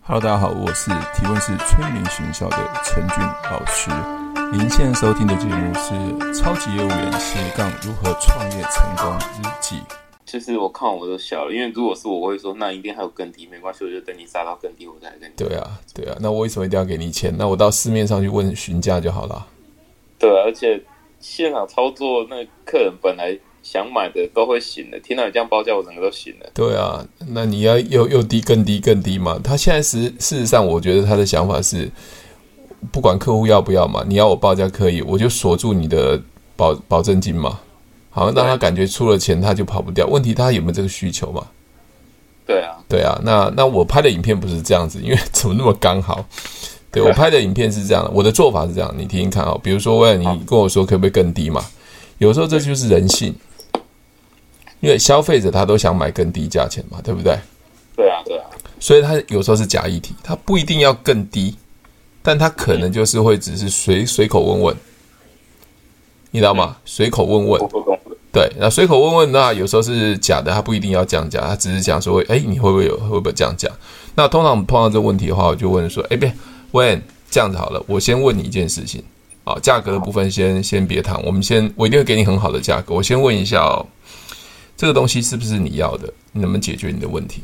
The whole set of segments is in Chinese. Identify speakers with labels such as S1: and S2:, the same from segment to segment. S1: Hello，大家好，我是提问是催眠学校的陈俊老师。您现在收听的节目是《超级业务员斜杠如何创业成功日记》。
S2: 就是我看我都笑了，因为如果是我，我会说那一定还有更低，没关系，我就等你杀到更低，我再来跟你。
S1: 对啊，对啊，那我为什么一定要给你钱？那我到市面上去问询价就好了。
S2: 对啊，而且现场操作，那客人本来想买的都会醒的，听到你这样报价，我整个都醒了。
S1: 对啊，那你要又又低更低更低嘛？他现在实事实上，我觉得他的想法是，不管客户要不要嘛，你要我报价可以，我就锁住你的保保证金嘛，好像让他
S2: 对
S1: 感觉出了钱他就跑不掉。问题他有没有这个需求嘛？
S2: 对啊，
S1: 对啊，那那我拍的影片不是这样子，因为 怎么那么刚好？对我拍的影片是这样的，我的做法是这样，你听听看啊、比如说，喂，你跟我说可不可以更低嘛？有时候这就是人性，因为消费者他都想买更低价钱嘛，对不对？
S2: 对啊，对啊，
S1: 所以他有时候是假议题，他不一定要更低，但他可能就是会只是随随口问问，你知道吗？随口问问
S2: 我，不懂。
S1: 对，那随口问问，那有时候是假的，他不一定要降价，他只是讲说，哎，你会不会有会不会降价？那通常我们碰到这个问题的话，我就问说，哎，别问这样子好了，我先问你一件事情，啊，价格的部分先先别谈，我们先我一定会给你很好的价格，我先问一下哦，这个东西是不是你要的？你能不能解决你的问题？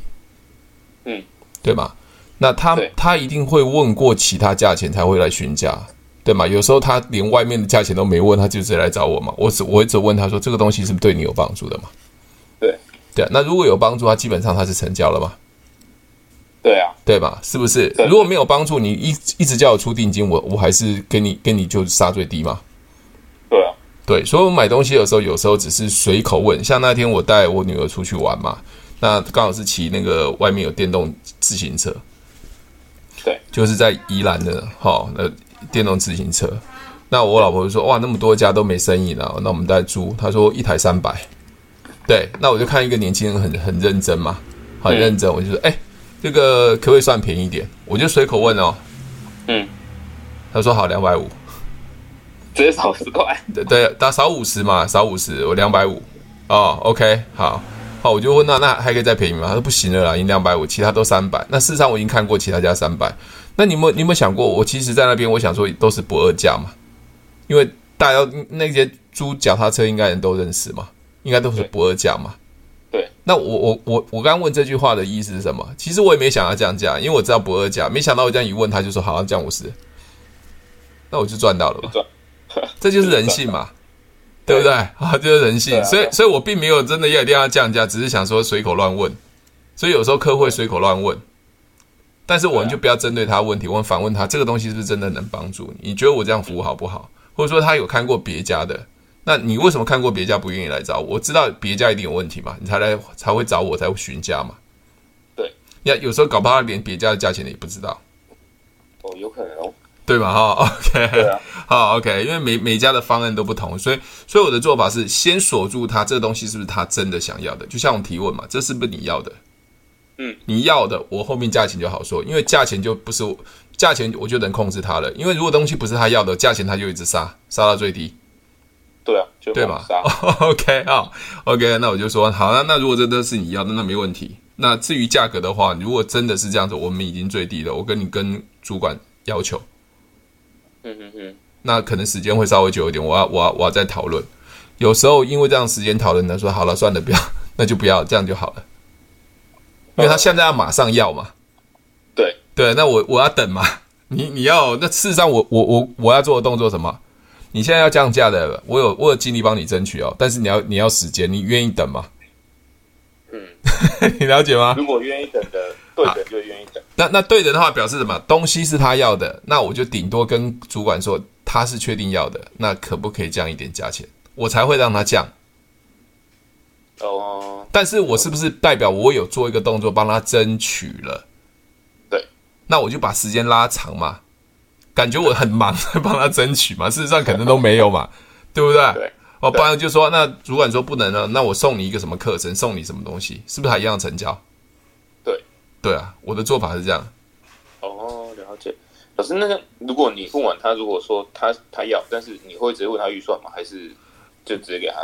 S2: 嗯，
S1: 对吗？那他
S2: 对
S1: 他一定会问过其他价钱才会来询价，对吗？有时候他连外面的价钱都没问，他就直接来找我嘛。我只我只问他说这个东西是不是对你有帮助的嘛？
S2: 对
S1: 对啊，那如果有帮助，他基本上他是成交了嘛，
S2: 对啊，
S1: 对吧？是不是
S2: 对？
S1: 如果没有帮助，你一一直叫我出定金，我我还是跟你跟你就杀最低嘛。
S2: 对啊，
S1: 对，所以我买东西有时候，有时候只是随口问。像那天我带我女儿出去玩嘛，那刚好是骑那个外面有电动自行车，
S2: 对，
S1: 就是在宜兰的哈、那电动自行车。那我老婆就说：“哇，那么多家都没生意呢，那我们再租。”她说：“一台三百。”对，那我就看一个年轻人很很认真嘛，很
S2: 嗯
S1: 认真，我就说：“哎、这个可不可以算便宜一点？”我就随口问哦，
S2: 嗯，
S1: 他说：“好，两百五。”
S2: 直接少十块。
S1: 对对，打少五十嘛，少五十，我两百五。哦，OK，好，好，我就问那那还可以再便宜吗？他说不行了啦，已经两百五，其他都三百。那事实上我已经看过其他家三百。那你有没有你有没有想过，我其实在那边我想说都是不二价嘛，因为大家那些租脚踏车应该人都认识嘛，应该都是
S2: 对
S1: 不二价嘛。
S2: 对，
S1: 那我我我我刚问这句话的意思是什么？其实我也没想要这样讲，因为我知道不二价，没想到我这样一问，他就说好，那这样五十，那我就赚到了嘛。这就是人性嘛，对不对？啊，就是人性。
S2: 对啊
S1: 所以
S2: 对，啊
S1: 所以我并没有真的要一定要降价，只是想说随口乱问。所以有时候客户会随口乱问，但是我们
S2: 对啊
S1: 就不要针对他问题，我们反问他这个东西是不是真的能帮助你？你觉得我这样服务好不好？或者说他有看过别家的，那你为什么看过别家不愿意来找我？我知道别家一定有问题嘛，你才来才会找我才会询价嘛。
S2: 对，
S1: 要有时候搞不好他连别家的价钱也不知道，
S2: 哦，有可能哦。
S1: 对吧？哈、o k
S2: 对啊，
S1: 好，OK，因为每每家的方案都不同，所以所以我的做法是先锁住他这个东西是不是他真的想要的，就像我们提问嘛，这是不是你要的？
S2: 嗯，
S1: 你要的，我后面价钱就好说，因为价钱就不是我价钱，我就能控制他了。因为如果东西不是他要的，价钱他就一直杀，杀到最低，
S2: 对啊，就
S1: 对
S2: 吧
S1: 吧？？OK 啊、o k 那我就说好那那如果真的是你要的，那没问题。那至于价格的话，如果真的是这样子，我们已经最低了，我跟你跟主管要求，
S2: 嗯嗯嗯，
S1: 那可能时间会稍微久一点，我要我要我要再讨论。有时候因为这样时间讨论呢，说好了算了，不要， 那就不要这样就好了，因为他现在要马上要嘛，
S2: 对
S1: 对，那我我要等嘛，你你要那事实上我我我我要做的动作是什么？你现在要降价的，我有我有尽力帮你争取哦，但是你要你要时间，你愿意等吗？
S2: 嗯，
S1: 你了解吗？
S2: 如果愿意等的，对的就愿意等。
S1: 那那对的的话表示什么？东西是他要的，那我就顶多跟主管说他是确定要的，那可不可以降一点价钱？我才会让他降。
S2: 哦，
S1: 但是我是不是代表我有做一个动作帮他争取了？
S2: 对，
S1: 那我就把时间拉长嘛，感觉我很忙 在帮他争取嘛，事实上可能都没有 嘛，对不对？
S2: 对。
S1: 哦，
S2: 对
S1: 不然就说那主管说不能了，那我送你一个什么课程，送你什么东西，是不是还一样成交？
S2: 对，
S1: 对啊，我的做法是这样，
S2: 哦，了解。老师，那个如果你问完他，如果说他他要，但是你会直接问他预算吗？还是就直接给他？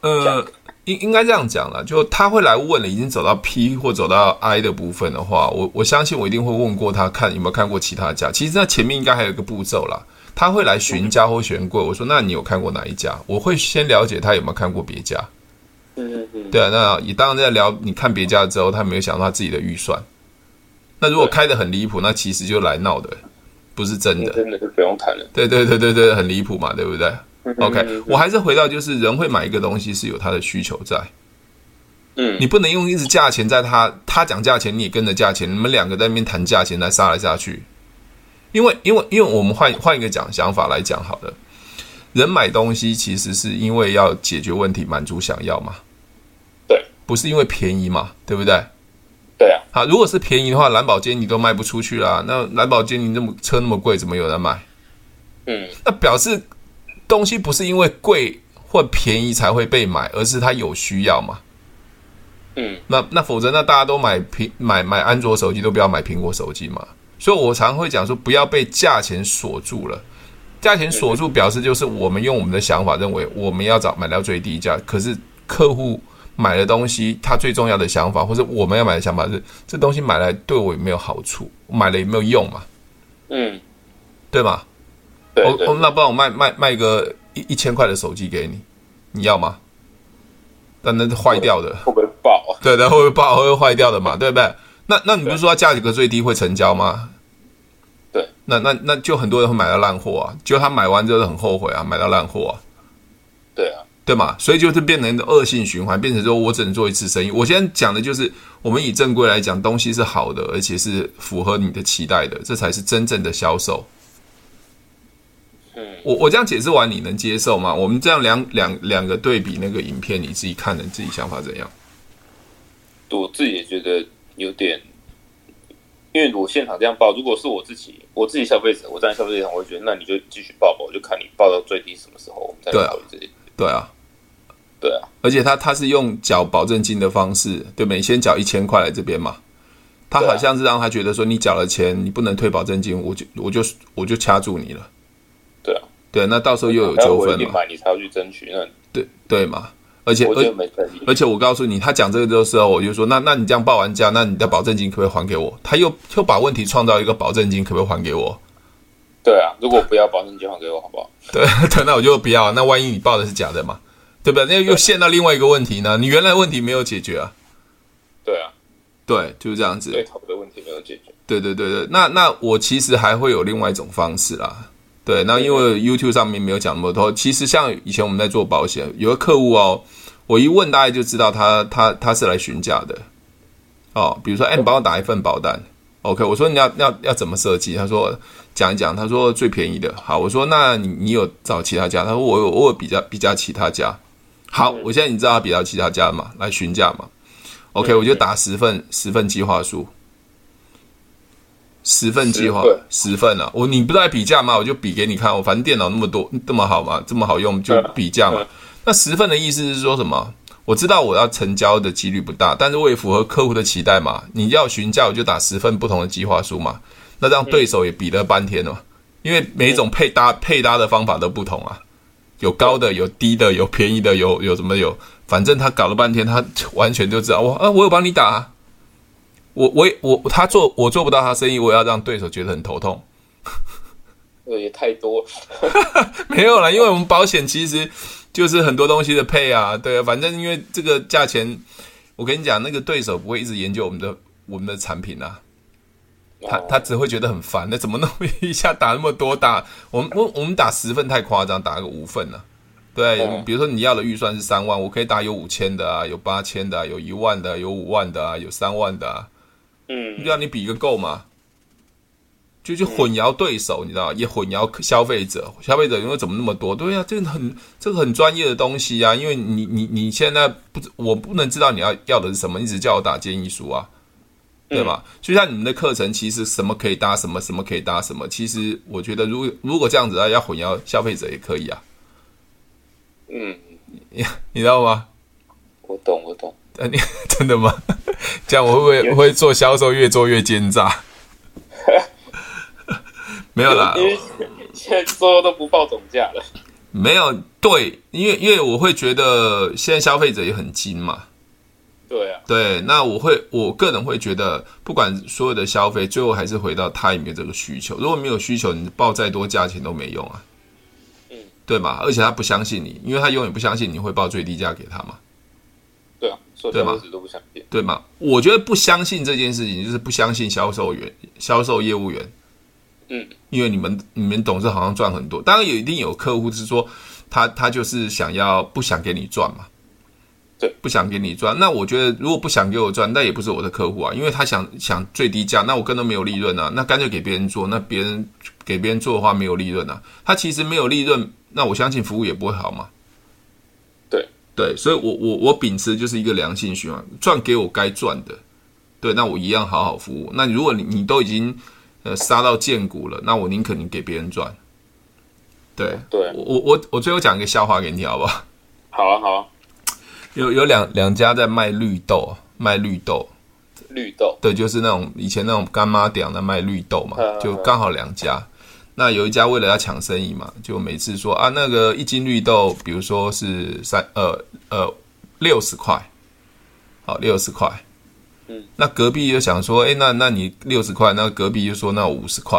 S1: 呃，应应该这样讲了，就他会来问了，已经走到 P 或走到 I 的部分的话，我我相信我一定会问过他，看有没有看过其他家。其实那前面应该还有一个步骤啦，他会来询家或询柜。我说那你有看过哪一家？我会先了解他有没有看过别家。
S2: 嗯嗯嗯，
S1: 对啊，那你当然在聊你看别家之后，他没有想到他自己的预算。那如果
S2: 对
S1: 开的很离谱，那其实就来闹的，不是真
S2: 那
S1: 的。
S2: 真的是不用谈了。
S1: 对对对对对，很离谱嘛，对不对？OK，
S2: 嗯
S1: 我还是回到就是人会买一个东西是有他的需求在，
S2: 嗯
S1: 你不能用一直价钱在他他讲价钱，你也跟着价钱，你们两个在那边谈价钱来杀来杀去。因为因为因为我们换换一个讲想法来讲好了，人买东西其实是因为要解决问题，满足想要嘛，
S2: 对
S1: 不是因为便宜嘛，对不对？
S2: 对啊，
S1: 好，如果是便宜的话，兰宝坚尼都卖不出去啦。那兰宝坚尼那么车那么贵，怎么有人买？
S2: 嗯
S1: 那表示东西不是因为贵或便宜才会被买，而是它有需要嘛。
S2: 嗯
S1: 那那否则那大家都买苹买买安卓手机，都不要买苹果手机嘛。所以我常会讲说，不要被价钱锁住了。价钱锁住表示就是我们用我们的想法认为我们要找买到最低价，可是客户买的东西他最重要的想法，或者我们要买的想法是这东西买来对我有没有好处，买了有没有用嘛，
S2: 嗯，
S1: 对吗？
S2: 对
S1: 我
S2: 对
S1: 我那不然我卖卖卖个一一千块的手机给你，你要吗？但那是坏掉的，
S2: 会不会爆啊？
S1: 对的，会不会爆，会不会坏掉的嘛，对不对？那那你不是说它价格最低会成交吗？
S2: 对，
S1: 那那那就很多人会买到烂货啊，就他买完之后很后悔啊，买到烂货啊，
S2: 对啊，
S1: 对嘛？所以就是变成一个恶性循环，变成说我只能做一次生意。我现在讲的就是，我们以正规来讲，东西是好的，而且是符合你的期待的，这才是真正的销售。
S2: 嗯
S1: 我我这样解释完，你能接受吗？我们这样两两两个对比那个影片，你自己看的，你自己想法怎样？
S2: 我自己也觉得有点，因为我现场这样报，如果是我自己，我自己消费者，我站在消费者上，我会觉得那你就继续报吧，我就看你报到最低什么时候，我们再
S1: 对啊
S2: 考虑这些。
S1: 对啊，
S2: 对啊，
S1: 而且他他是用缴保证金的方式，对不对？你先缴一千块来这边嘛，他
S2: 对啊
S1: 好像是让他觉得说你缴了钱，你不能退保证金，我就我就我就掐住你了。
S2: 对啊，
S1: 对，那到时候又有
S2: 然后
S1: 纠
S2: 啊我一
S1: 纷
S2: 定
S1: 嘛，
S2: 买，你才要去争取，那
S1: 对对嘛，而且
S2: 我觉得
S1: 而
S2: 没争议。
S1: 而且我告诉你，他讲这个的时候，我就说那那你这样报完价，那你的保证金可不可以还给我？他又又把问题创造一个保证金可不可以还给我？
S2: 对啊，如果不要保证金还给我，好不好？
S1: 对， 对，那我就不要。那万一你报的是假的嘛，对不对？那又陷到另外一个问题呢，你原来的问题没有解决啊。
S2: 对啊，
S1: 嗯对，就是这样子。
S2: 对头的问题没有解决。
S1: 对对对对，那那我其实还会有另外一种方式啦。对，那因为 YouTube 上面没有讲那么多，其实像以前我们在做保险，有个客户哦，我一问大家就知道他他他是来询价的。哦，比如说，哎，你帮我打一份保单，OK？我说你要要要怎么设计？他说讲一讲，他说最便宜的。好，我说那你你有找其他家？他说我有我有比较比较其他家。好，我现在你知道他比较其他家嘛，来询价嘛，OK？
S2: 嗯
S1: 我就打十份十份计划书。十份计划
S2: 十份，
S1: 十份啊！我你不是在比价吗？我就比给你看。我反正电脑那么多，这么好嘛，这么好用，就
S2: 对啊
S1: 比价嘛
S2: 对。
S1: 那十份的意思是说什么？我知道我要成交的几率不大，但是我也符合客户的期待嘛。你要询价，我就打十份不同的计划书嘛，那让对手也比了半天了嘛。因为每一种配搭
S2: 嗯
S1: 配搭的方法都不同啊，有高的，有低的，有便宜的，有有什么有，反正他搞了半天，他完全就知道我啊，我有帮你打、啊，我我也我他做我做不到他生意，我也要让对手觉得很头痛。
S2: 这呃个也太多了，
S1: 没有啦，因为我们保险其实就是很多东西的配啊，对啊，反正因为这个价钱，我跟你讲，那个对手不会一直研究我们的我们的产品啊，他
S2: 哦
S1: 他只会觉得很烦，那怎么弄 一下打那么多打？我们我我们打十份太夸张，打个五份呢、对，
S2: 嗯
S1: 比如说你要的预算是三万，我可以打有五千的啊，有八千的、啊，有一万的、啊，有五万的啊，有三万的啊，
S2: 嗯，
S1: 让你比个够嘛。就去混淆对手，你知道吗也混淆消费者。消费者因为怎么那么多？对呀、这个很这个很专业的东西啊，因为你你你现在不知，我不能知道你要要的是什么，你只叫我打建议书啊，对吧？就像你们的课程，其实什么可以搭什么，什么可以搭什么，其实我觉得如果如果这样子啊，要混淆消费者也可以啊，
S2: 嗯，
S1: 你知道吗？
S2: 我懂，我懂。
S1: 呃，你 真的吗？这样我会不会
S2: 有
S1: 会做销售越做越奸诈？ 没有啦，啊
S2: 因为现在所有都不报总价了。
S1: 没有对，因为因为我会觉得现在消费者也很精嘛，
S2: 对啊，
S1: 对，那我会我个人会觉得，不管所有的消费，最后还是回到他有没有这个需求。如果没有需求，你报再多价钱都没用啊，
S2: 嗯，
S1: 对吧？而且他不相信你，因为他永远不相信你会报最低价给他嘛，
S2: 对啊，所有消费者都不想变。
S1: 对吗？我觉得不相信这件事情，就是不相信销售员、销售业务员。
S2: 嗯，
S1: 因为你们你们董事好像赚很多，当然有一定有客户是说他他就是想要不想给你赚嘛，
S2: 对，
S1: 不想给你赚。那我觉得如果不想给我赚，那也不是我的客户啊，因为他想想最低价，那我根本没有利润啊，那干脆给别人做，那别人给别人做的话没有利润啊，他其实没有利润，那我相信服务也不会好嘛。
S2: 对
S1: 对，所以我我我秉持就是一个良性循环，赚给我该赚的，对，那我一样好好服务。那如果你你都已经呃杀到见骨了，那我宁可你给别人赚。对，
S2: 对，啊
S1: 我我我我最后讲一个笑话给你听好不好？
S2: 好啊好啊，
S1: 有有两两家在卖绿豆，卖绿豆，
S2: 绿豆，
S1: 对，就是那种以前那种干妈店在卖绿豆嘛
S2: 嗯，
S1: 就刚好两家。那有一家为了要抢生意嘛，就每次说啊，那个一斤绿豆，比如说是三呃呃六十块，好六十块，
S2: 嗯，
S1: 那隔壁就想说，哎，那那你六十块，那隔壁就说那五十块，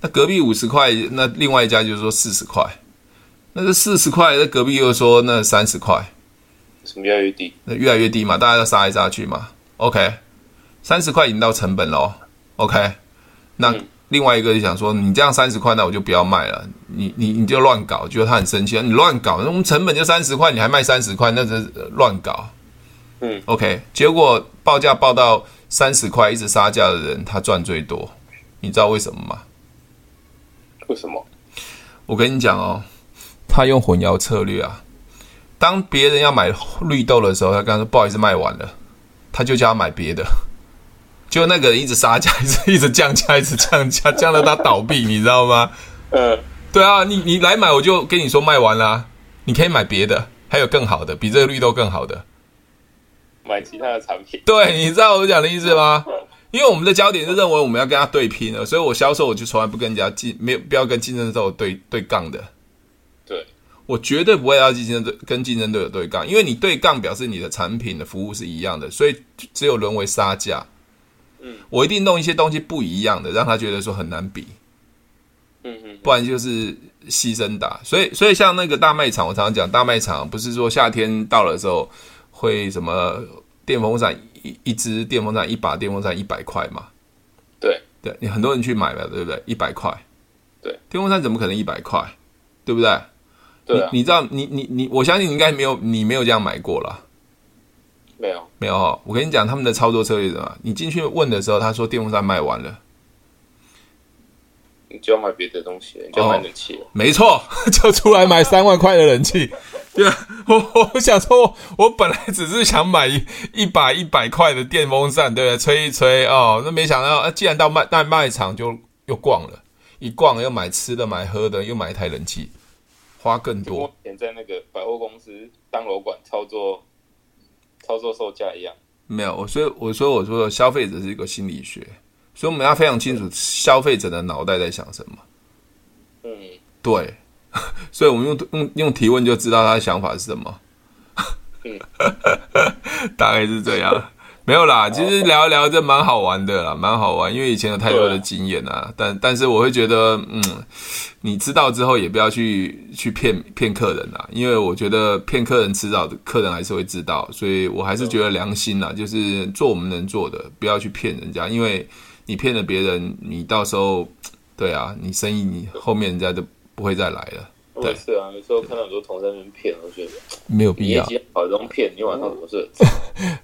S1: 那隔壁五十块，那另外一家就说四十块，那这四十块，那隔壁又说那三十块，
S2: 什么越来越低？
S1: 那越来越低嘛，大家要杀来杀去嘛。OK，三十块已经到成本喽。OK，那
S2: 嗯
S1: 另外一个就想说，你这样三十块，那我就不要卖了。你你你就乱搞，觉得他很生气，你乱搞，那我们成本就三十块，你还卖三十块，那真是呃乱搞。
S2: 嗯
S1: ，OK，结果报价报到三十块，一直杀价的人他赚最多，你知道为什么吗？
S2: 为什么？
S1: 我跟你讲哦，他用混淆策略啊。当别人要买绿豆的时候，他刚说不好意思卖完了，他就叫他买别的。就那个人一直杀价，一直 一直降价，一直降价，降到他倒闭，你知道吗？
S2: 嗯，
S1: 对啊，你你来买我就跟你说卖完啦、你可以买别的，还有更好的，比这个绿豆更好的。
S2: 买其他的 产品。
S1: 对，你知道我讲的意思吗？因为我们的焦点是认为我们要跟他对拼了，所以我销售我就从来不跟人家竞，没有不要跟竞争对手对对杠的。
S2: 对，
S1: 我绝对不会要竞争对跟竞争对手对杠，因为你对杠表示你的产品的服务是一样的，所以只有沦为杀价。
S2: 嗯，
S1: 我一定弄一些东西不一样的，让他觉得说很难比，
S2: 嗯嗯
S1: 不然就是牺牲打。所以，所以像那个大卖场，我常常讲大卖场不是说夏天到了之后会什么电风扇一一只电风扇一把电风扇一百块嘛？
S2: 对，
S1: 对你很多人去买了，对不对？一百块，
S2: 对，
S1: 电风扇怎么可能一百块？对不对？
S2: 对啊，
S1: 你你知道，你你你，我相信你应该没有，你没有这样买过啦，
S2: 没有，
S1: 没有、哦。我跟你讲，他们的操作策略是什么？你进去问的时候，他说电风扇卖完了，
S2: 你就要买别的东西了，你就要买冷气了。
S1: 没错， 就出来买三万块的冷气。对，啊我我想说我，我本来只是想买一一把一百块的电风扇，对不对？吹一吹哦，那没想到，啊、既然到卖到卖场就又逛了，一逛又买吃的，买喝的，又买一台冷气，花更
S2: 就跟
S1: 多
S2: 我。以前在那个百货公司当楼管操作操作售价一样。
S1: 没有，我所以我说我说消费者是一个心理学，所以我们要非常清楚消费者的脑袋在想什么。
S2: 嗯，
S1: 对， 所以我们用用用提问就知道他的想法是什么
S2: 嗯，
S1: 大概是这样。没有啦，其实聊一聊这蛮好玩的啦，蛮好玩，因为以前有太多的经验啊。但但是我会觉得，嗯，你知道之后也不要去去骗骗客人啦，因为我觉得骗客人迟早客人还是会知道，所以我还是觉得良心啦，就是做我们能做的，不要去骗人家，因为你骗了别人，你到时候对啊，你生意你后面人家就不会再来了，
S2: 我也是啊，有时候看到很多同事在那边骗，我就觉得
S1: 没有
S2: 你
S1: 必
S2: 业
S1: 要
S2: 绩好中骗，你晚上怎么睡？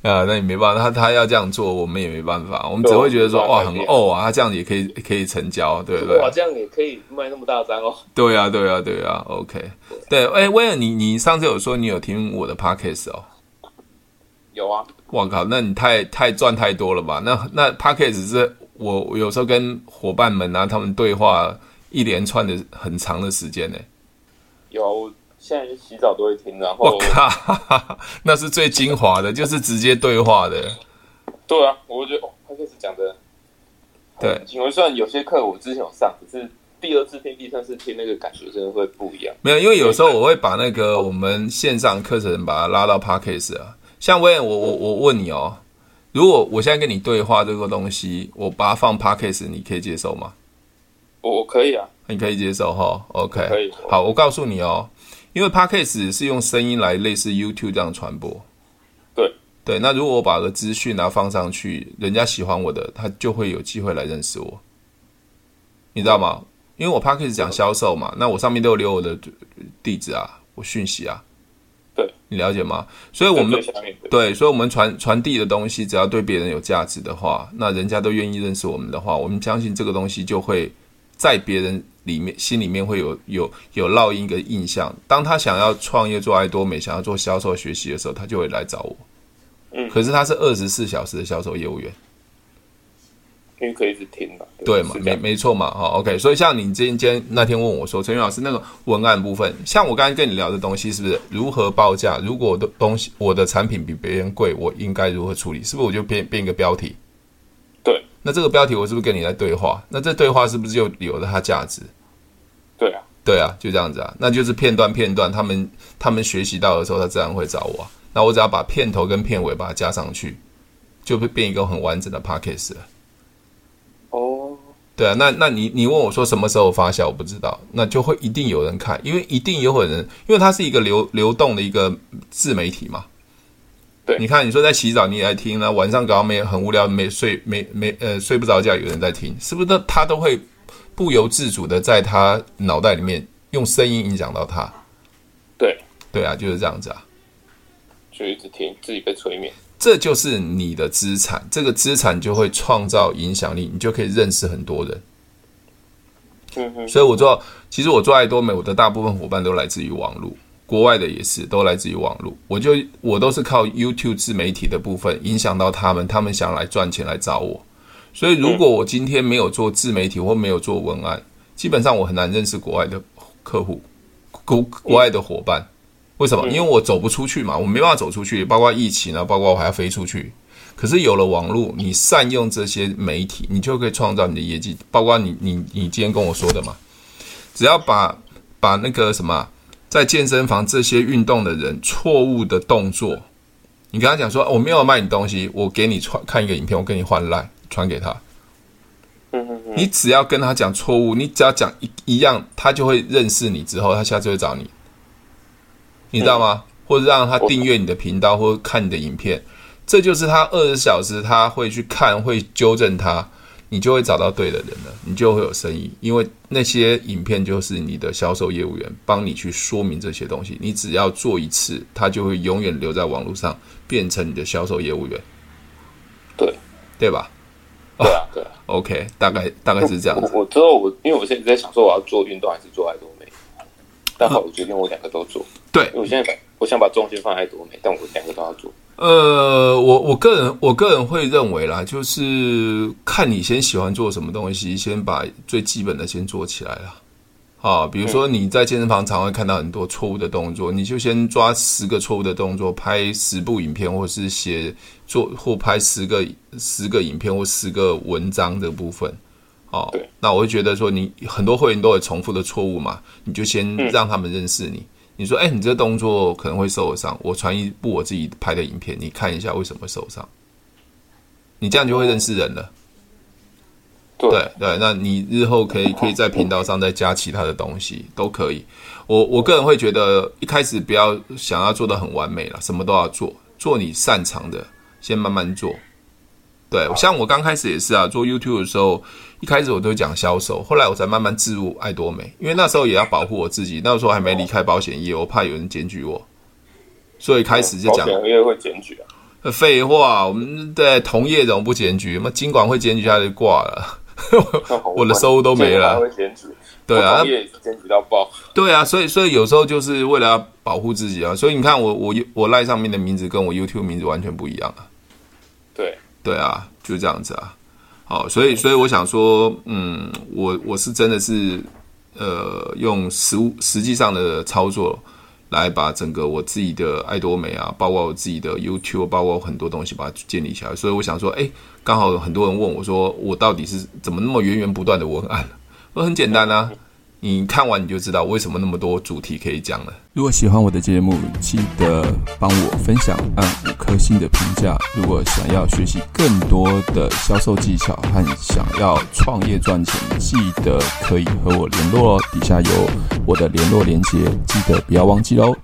S1: 啊。那也没办法，他他要这样做，我们也没办法，我们
S2: 对
S1: 只会觉得说
S2: 我们
S1: 哇
S2: 没办法
S1: 很
S2: 改变啊
S1: 哦啊，他这样也可以可以成交，对不对？
S2: 哇，这样也可以卖那么大张哦。
S1: 对啊，对啊，对啊，OK，对，哎，威尔，你你上次有说你有听我的 podcast 哦。
S2: 有啊，
S1: 我靠，那你太太赚太多了吧？那那 p a c k a g e 是我我有时候跟伙伴们啊，他们对话一连串的很长的时间呢、
S2: 有啊，我现在洗澡都会听，然
S1: 我
S2: 后
S1: 靠， 那是最精华的，就是直接对话的。
S2: 对啊，我就觉得哦，他开始讲的
S1: 对，
S2: 因为虽然有些课我之前有上，只是第二次听、第三次听，那个感觉真的会不一样。
S1: 没有，因为有时候我会把那个我们线上课程把它拉到 podcast 啊。像威廉，我我我问你哦，如果我现在跟你对话这个东西，我把它放 podcast，你可以接受吗？
S2: 我我可以啊，
S1: 你可以接受哈，OK。
S2: 可以
S1: 好，我告诉你哦，因为 podcast 是用声音来类似 YouTube 这样传播。
S2: 对
S1: 对，那如果我把个资讯啊放上去，人家喜欢我的，他就会有机会来认识我，你知道吗？因为我 podcast 讲销售嘛，那我上面都有留我的地址啊，我讯息啊。
S2: 对，
S1: 你了解吗？所以我们
S2: 在最下面的
S1: 对，所以我们传传递的东西，只要对别人有价值的话，那人家都愿意认识我们的话，我们相信这个东西就会在别人里面心里面会有有有烙印一个印象。当他想要创业做爱多美，想要做销售学习的时候，他就会来找我。
S2: 嗯
S1: 可是他是二十四小时的销售业务员，
S2: 因为可以一直听嘛。
S1: 对嘛
S2: 是？这
S1: 没
S2: 样
S1: 没错嘛，哈、哦、，OK。所以像你今天那天问我说，陈云老师那个文案部分，像我刚才跟你聊的东西，是不是如何报价？如果我的东西我的产品比别人贵，我应该如何处理？是不是我就变变一个标题？
S2: 对。
S1: 那这个标题我是不是跟你来对话？那这对话是不是就有了它价值？
S2: 对啊，
S1: 对啊，就这样子啊，那就是片段片段，他们他们学习到的时候，他自然会找我、啊。那我只要把片头跟片尾把它加上去，就会变一个很完整的 p a c k a g e 了。
S2: 哦，
S1: 对啊，那那你你问我说什么时候发酵，我不知道，那就会一定有人看，因为一定有人，因为它是一个流流动的一个自媒体嘛。
S2: 对
S1: 你看，你说在洗澡你也在听呢、晚上搞到没很无聊，没睡没没呃睡不着觉，有人在听，是不是都？他都会不由自主的在他脑袋里面用声音影响到他。
S2: 对，
S1: 对啊，就是这样子啊。
S2: 就一直听，自己被催眠。
S1: 这就是你的资产，这个资产就会创造影响力，你就可以认识很多人。
S2: 嗯哼，
S1: 所以我做，其实我做爱多美，我的大部分伙伴都来自于网络，国外的也是都来自于网络。我就我都是靠 YouTube 自媒体的部分影响到他们，他们想来赚钱来找我。所以如果我今天没有做自媒体或没有做文案，基本上我很难认识国外的客户、国国外的伙伴。为什么？因为我走不出去嘛，我没办法走出去，包括疫情啊，包括我还要飞出去。可是有了网络，你善用这些媒体，你就可以创造你的业绩。包括你你你今天跟我说的嘛，只要把把那个什么啊在健身房这些运动的人错误的动作，你跟他讲说、哦我没有卖你东西，我给你传看一个影片，我跟你换赖传给他，
S2: 嗯哼哼，
S1: 你只要跟他讲错误，你只要讲一一样，他就会认识你，之后他下次会找你，你知道吗？或者让他订阅你的频道，或者看你的影片，这就是他二十小时他会去看，会纠正他，你就会找到对的人了，你就会有生意，因为那些影片就是你的销售业务员帮你去说明这些东西，你只要做一次，他就会永远留在网络上，变成你的销售业务员，
S2: 对，
S1: 对吧
S2: 对啊，对啊。
S1: ？OK，大概大概是这样子。
S2: 我我之后我，因为我现在在想说我要做运动还是做爱多美，但好，我决定我两个都做。
S1: 对
S2: 因为我现在把我想把重心放在爱多美，但我两个都要做。
S1: 呃，我我个人我个人会认为啦，就是看你先喜欢做什么东西，先把最基本的先做起来啦。啊，比如说你在健身房常会看到很多错误的动作，你就先抓十个错误的动作，拍十部影片，或是写做或拍十个十个影片或十个文章的部分。哦
S2: 对，
S1: 那我会觉得说你很多会员都有重复的错误嘛，你就先让他们认识你。你说，哎、你这个动作可能会受伤，我传一部我自己拍的影片，你看一下为什么会受伤。你这样就会认识人了。
S2: 对
S1: 对对，那你日后可以可以在频道上再加其他的东西都可以。我我个人会觉得一开始不要想要做的很完美了，什么都要做，做你擅长的，先慢慢做。对，像我刚开始也是啊，做 YouTube 的时候，一开始我都讲销售，后来我才慢慢置入爱多美，因为那时候也要保护我自己，那时候还没离开保险业，我怕有人检举我，所以开始就讲
S2: 保险业会检举啊，
S1: 废话，我们在同业怎么不检举？那金管会检举他就挂了。
S2: 那好
S1: 我的收入都没了
S2: 健身房会检举，
S1: 对啊
S2: 我同业也检举到爆。
S1: 对啊，所以所以有时候就是为了要保护自己啊，所以你看我我我赖上面的名字跟我 YouTube 名字完全不一样啊。
S2: 对，
S1: 对啊，就这样子啊。好，所以所以我想说，嗯，我我是真的是呃，用实物实际上的操作来把整个我自己的爱多美啊，包括我自己的 YouTube，包括很多东西把它建立起来。所以我想说，哎，刚好很多人问我说，我到底是怎么那么源源不断的文案？我很简单啊，你看完你就知道为什么那么多主题可以讲了。如果喜欢我的节目，记得帮我分享，按五颗星的评价。如果想要学习更多的销售技巧和想要创业赚钱，记得可以和我联络哦，底下有我的联络连接，记得不要忘记喽。